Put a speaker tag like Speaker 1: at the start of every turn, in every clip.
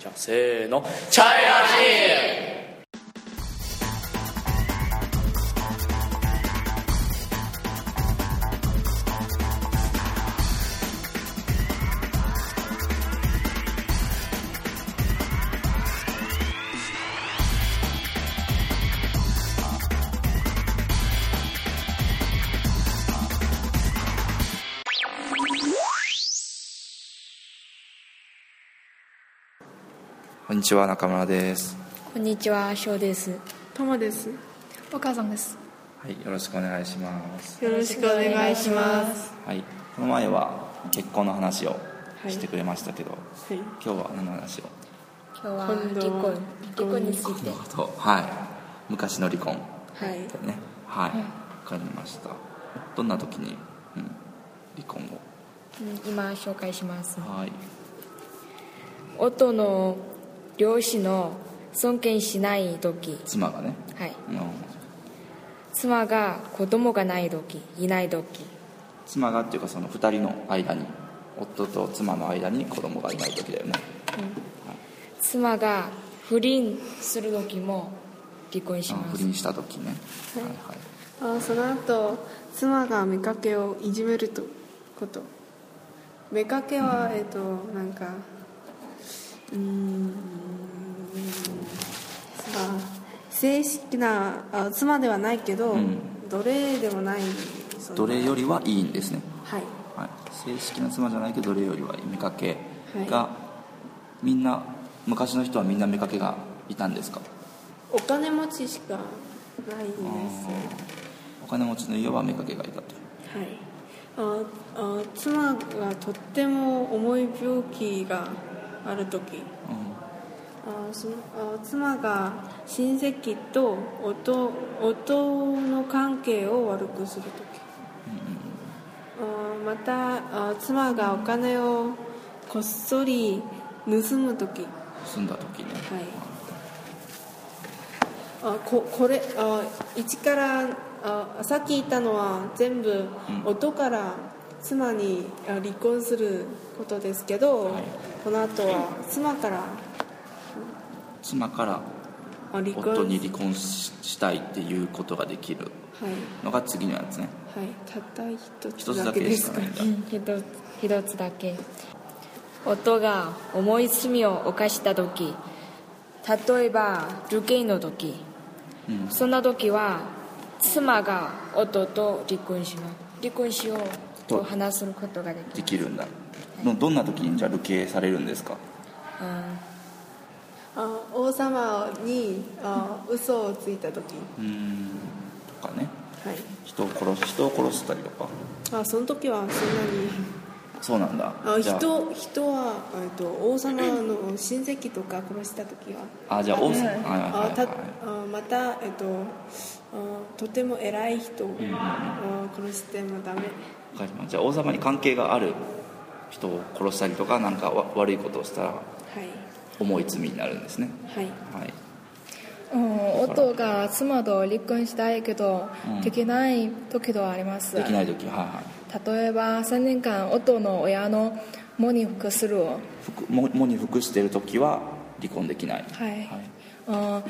Speaker 1: じゃあせーのチャイラ
Speaker 2: こんにちは中村です。
Speaker 3: こんにちは、しょうです。
Speaker 4: たまです。
Speaker 3: お母さんです。
Speaker 2: はい、よろしくお願いします。
Speaker 4: よろしくお願いします。
Speaker 2: はい、この前は結婚の話をしてくれましたけど、
Speaker 4: はい、
Speaker 2: 今日は何の話を？
Speaker 3: 今日は
Speaker 4: 今
Speaker 3: 結
Speaker 4: 度は
Speaker 3: 婚、結婚について。
Speaker 2: とはい、昔の離婚
Speaker 4: はい、
Speaker 2: ね。はい、わかりました。どんな時に、うん、離婚
Speaker 3: うん今紹介します
Speaker 2: を。。はい、
Speaker 3: 夫の両親の尊敬しない時、
Speaker 2: 妻がね、
Speaker 3: はい。
Speaker 2: うん、
Speaker 3: 妻が子供がない時、いない時、
Speaker 2: 妻がっていうかその二人の間に。夫と妻の間に子供がいない時だよね
Speaker 3: 妻が不倫する時も離婚し
Speaker 2: あ
Speaker 3: ま
Speaker 2: 不
Speaker 3: す。
Speaker 2: 倫した時ね、
Speaker 4: はい
Speaker 2: はいはい、
Speaker 4: あその後妻が妾をいじめるとこと妾は、えっ、となんかうーんあ正式なあ妻ではないけど、
Speaker 2: うん
Speaker 4: 奴隷でもないその
Speaker 2: 奴隷よりはいいんですね
Speaker 4: はい
Speaker 2: はい、正式な妻じゃないけど奴隷よりは見かけが、
Speaker 4: は
Speaker 2: みんな昔の人はみんな見かけがいたんですか
Speaker 4: お金持ちしかないんです
Speaker 2: お金持ちの家は見かけがいたと
Speaker 4: はい、ああ妻がとっても重い病気がある時
Speaker 2: う
Speaker 4: あそあ妻が親戚と夫夫の関係を悪くする時あまたあ妻がお金をこっそり盗む時はい
Speaker 2: ん住んだ時ね
Speaker 4: あここれあ一からあさっき言ったのは全部
Speaker 2: うん
Speaker 4: 夫から妻にあ離婚することですけど、
Speaker 2: はい
Speaker 4: この後は妻から
Speaker 2: 妻から
Speaker 4: あ離婚
Speaker 2: 夫に離婚ししたいっていうことができる
Speaker 4: はい
Speaker 2: のが次のやつね
Speaker 4: はいたった一
Speaker 2: 一
Speaker 4: つ
Speaker 2: つだ
Speaker 4: だ
Speaker 2: け
Speaker 4: け
Speaker 2: で
Speaker 4: で
Speaker 2: し
Speaker 4: す
Speaker 2: かな
Speaker 4: か
Speaker 2: いんだ
Speaker 4: ら
Speaker 3: うん一つ一つだけ夫が重い罪を犯した時例えば受験の時
Speaker 2: うん
Speaker 3: そんな時は妻が夫と離婚します離婚しようと話すことができる
Speaker 2: できるんだどどんな時にじゃあ流刑されるんですか
Speaker 3: うん
Speaker 4: あ王様にあ嘘をついた時
Speaker 2: うんとかね
Speaker 4: はい
Speaker 2: 人を殺す人を殺したりとか
Speaker 4: あその時はそん
Speaker 2: そうなんだ
Speaker 4: なにあ
Speaker 2: じゃあ
Speaker 4: 人人は、えっと、王様の親戚とか殺した時は
Speaker 2: あじゃあ王様、はいはい
Speaker 4: あ
Speaker 2: はい
Speaker 4: た
Speaker 2: はい
Speaker 4: あまた、えっと、あとても偉い人をあ殺してもダメ
Speaker 2: わかりましたじゃあ王様に関係がある人を殺したりとかなんかわ悪いことをしたら
Speaker 4: はい
Speaker 2: 重い罪になるんですね
Speaker 4: はい
Speaker 2: はい
Speaker 5: うん、夫が妻と離婚したいけど、
Speaker 2: うん
Speaker 5: できない時々あります
Speaker 2: できない時はいはい
Speaker 5: 例えば3年間夫の親の喪に服するを、
Speaker 2: 服も喪に服してる時は離婚できない
Speaker 5: はいうん、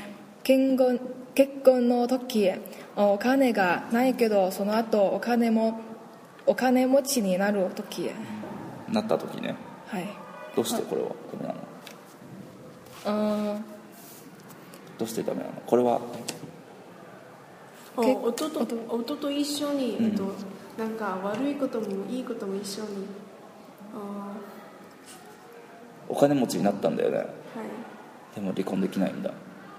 Speaker 5: 結婚結婚の時お金がないけどその後お金もお金持ちになる時、
Speaker 2: なった時ね
Speaker 5: はい
Speaker 2: どうしてこれはダメなの
Speaker 5: うん、
Speaker 2: どうしてダメなのこれは
Speaker 4: あ
Speaker 5: け
Speaker 4: 夫と夫と一緒に、えっと、なんか悪いこともいいことも一緒にあ
Speaker 2: お金持ちになったんだよね
Speaker 4: はい
Speaker 2: でも離婚できないんだ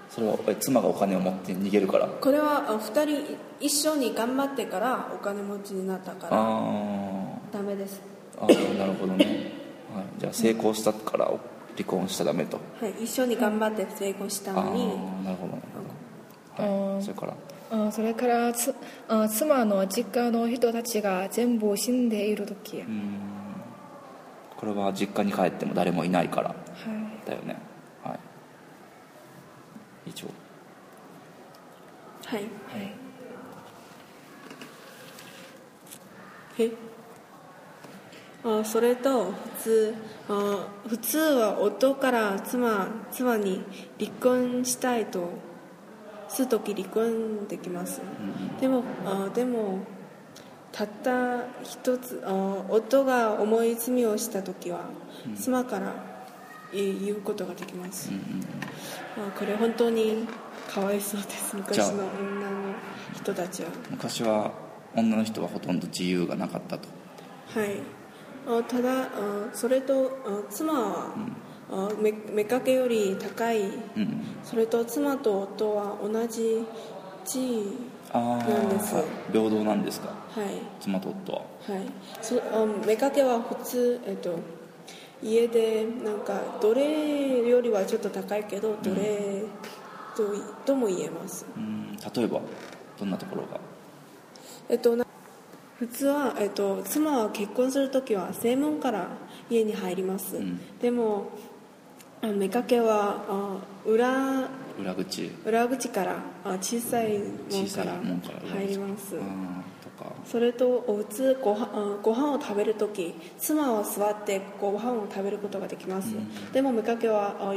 Speaker 2: それはえ妻がお金を持って逃げるから
Speaker 4: これはあ二人一緒に頑張ってからお金持ちになったか
Speaker 2: あ
Speaker 4: ら
Speaker 2: ー
Speaker 4: ダメです
Speaker 2: あーなるほどね、はい、じゃあ成功したから離婚しちゃダメと
Speaker 4: はい一緒に頑張って成功した
Speaker 2: ああ
Speaker 4: のに
Speaker 2: ーなるほどなるほど、は
Speaker 5: う
Speaker 2: い、
Speaker 5: ん
Speaker 2: それから
Speaker 5: うん、それからつ、うん、妻の実家の人たちが全部死んでいる時、
Speaker 2: うーんこれは実家に帰っても誰もいないから
Speaker 5: はい
Speaker 2: だよねはい以上
Speaker 4: はい
Speaker 2: はい
Speaker 4: えあおそれと普通お普通は夫から妻妻に離婚したいとするとき離婚できます、でもあでもたった一つあ夫が重い罪をしたときは妻からえ言うことができます、あこれ本当にかわいそうです昔
Speaker 2: じゃあ
Speaker 4: の女の人たちは
Speaker 2: 昔は女の人はほとんど自由がなかったと
Speaker 4: はい、あただあそれとあ妻は、あめ目かけより高い、
Speaker 2: うん
Speaker 4: それと妻と夫は同じ地位
Speaker 2: あ
Speaker 4: なんです
Speaker 2: あ平等なんですか
Speaker 4: はい
Speaker 2: 妻と夫は
Speaker 4: はいそあ目かけは普通、えっと、家でなんか奴隷よりはちょっと高いけど奴隷と,、とも言えます
Speaker 2: うん例えばどんなところが
Speaker 4: えっと、な普通は、えっと、妻は結婚するときは正門から家に入ります、
Speaker 2: ん
Speaker 4: でもあ目かけはあ裏
Speaker 2: 裏口
Speaker 4: 裏口からあ小さい門
Speaker 2: 小さ
Speaker 4: か
Speaker 2: い
Speaker 4: ら
Speaker 2: 門から裏口
Speaker 4: 入ります
Speaker 2: ああとか
Speaker 4: それとお普通ごはあご飯を食べるとき妻は座ってご飯を食べることができます、でも目かけはあ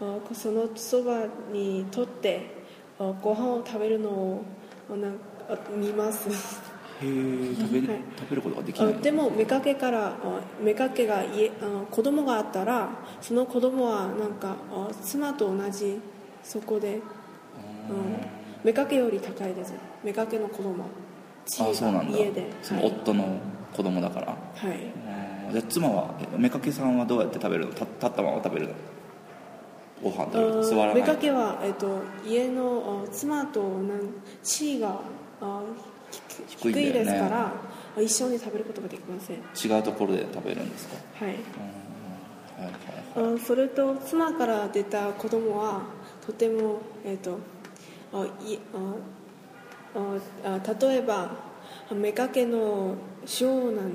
Speaker 4: あそのそばにとってあご飯を食べるのをあなんあ見ます
Speaker 2: へえ食べ,、
Speaker 4: はい
Speaker 2: 食べることができ
Speaker 4: あ
Speaker 2: ない
Speaker 4: でも目かけからあ目かけが家あ子供があったらその子供はなんかあ妻と同じそこで、うん、目かけより高いです目かけの子供地
Speaker 2: ああ
Speaker 4: 位
Speaker 2: そうな
Speaker 4: が
Speaker 2: んだ
Speaker 4: 家で
Speaker 2: その夫の子供だから、
Speaker 4: はい、はい、
Speaker 2: あーじゃあ妻はめかけさんはどうやって食べるのた立ったまま食べるのご飯食べるの座らない
Speaker 4: 目かけは、えっと家のあ妻となん地位があひ
Speaker 2: 低いんだよね
Speaker 4: 低いですから、あ一緒に食べることができません
Speaker 2: 違うところで食べるんですか
Speaker 4: はい
Speaker 2: うんはいはいはい
Speaker 4: あそれと妻から出た子供はとてもえっ、とあいあああ例えば目かけの長男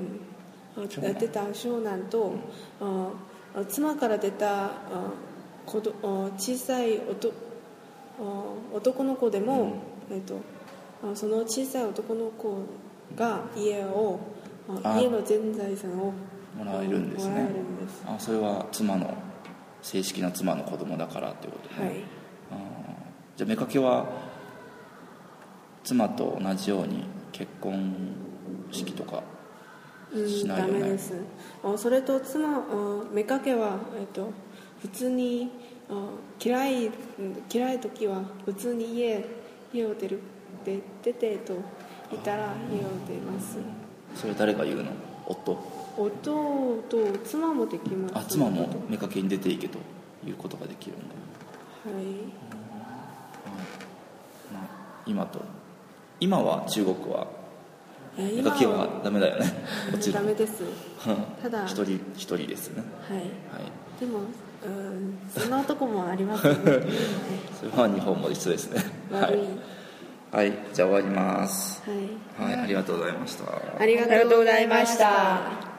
Speaker 4: あ
Speaker 2: 長男
Speaker 4: 出た長男とああ妻から出たあ子どあ小さいおとあ男の子でも、えっとあその小さい男の子が家をあ
Speaker 2: あ
Speaker 4: 家の全財産を
Speaker 2: もらえるんですね
Speaker 4: もらえるんです
Speaker 2: あそれは妻の正式な妻の子供だからってことね、
Speaker 4: はい
Speaker 2: あーじゃあめかけは妻と同じように結婚式とか
Speaker 4: うん
Speaker 2: しない
Speaker 4: ダ
Speaker 2: よね
Speaker 4: メですあそれと妻あ目かけは、えっと、普通にあ嫌いうん嫌い時は普通に家家を出るで出てといたら家を出ます
Speaker 2: それ誰が言うの夫
Speaker 4: 夫と妻もできます
Speaker 2: あ妻もめかけに出ていけということができるんだ
Speaker 4: はい
Speaker 2: まあ今と今は中国はい
Speaker 4: や
Speaker 2: めかけはダメだよねもちろ
Speaker 4: ダ
Speaker 2: ん
Speaker 4: メですただ
Speaker 2: 一人一人ですね
Speaker 4: はい
Speaker 2: はい
Speaker 4: でもうんそんな男もありますね、 はい
Speaker 2: それは日本も一緒ですねは
Speaker 4: 悪い、
Speaker 2: い、はい、じゃあ終わります
Speaker 4: はい
Speaker 2: はいありがとうございました
Speaker 4: ありがとうございました。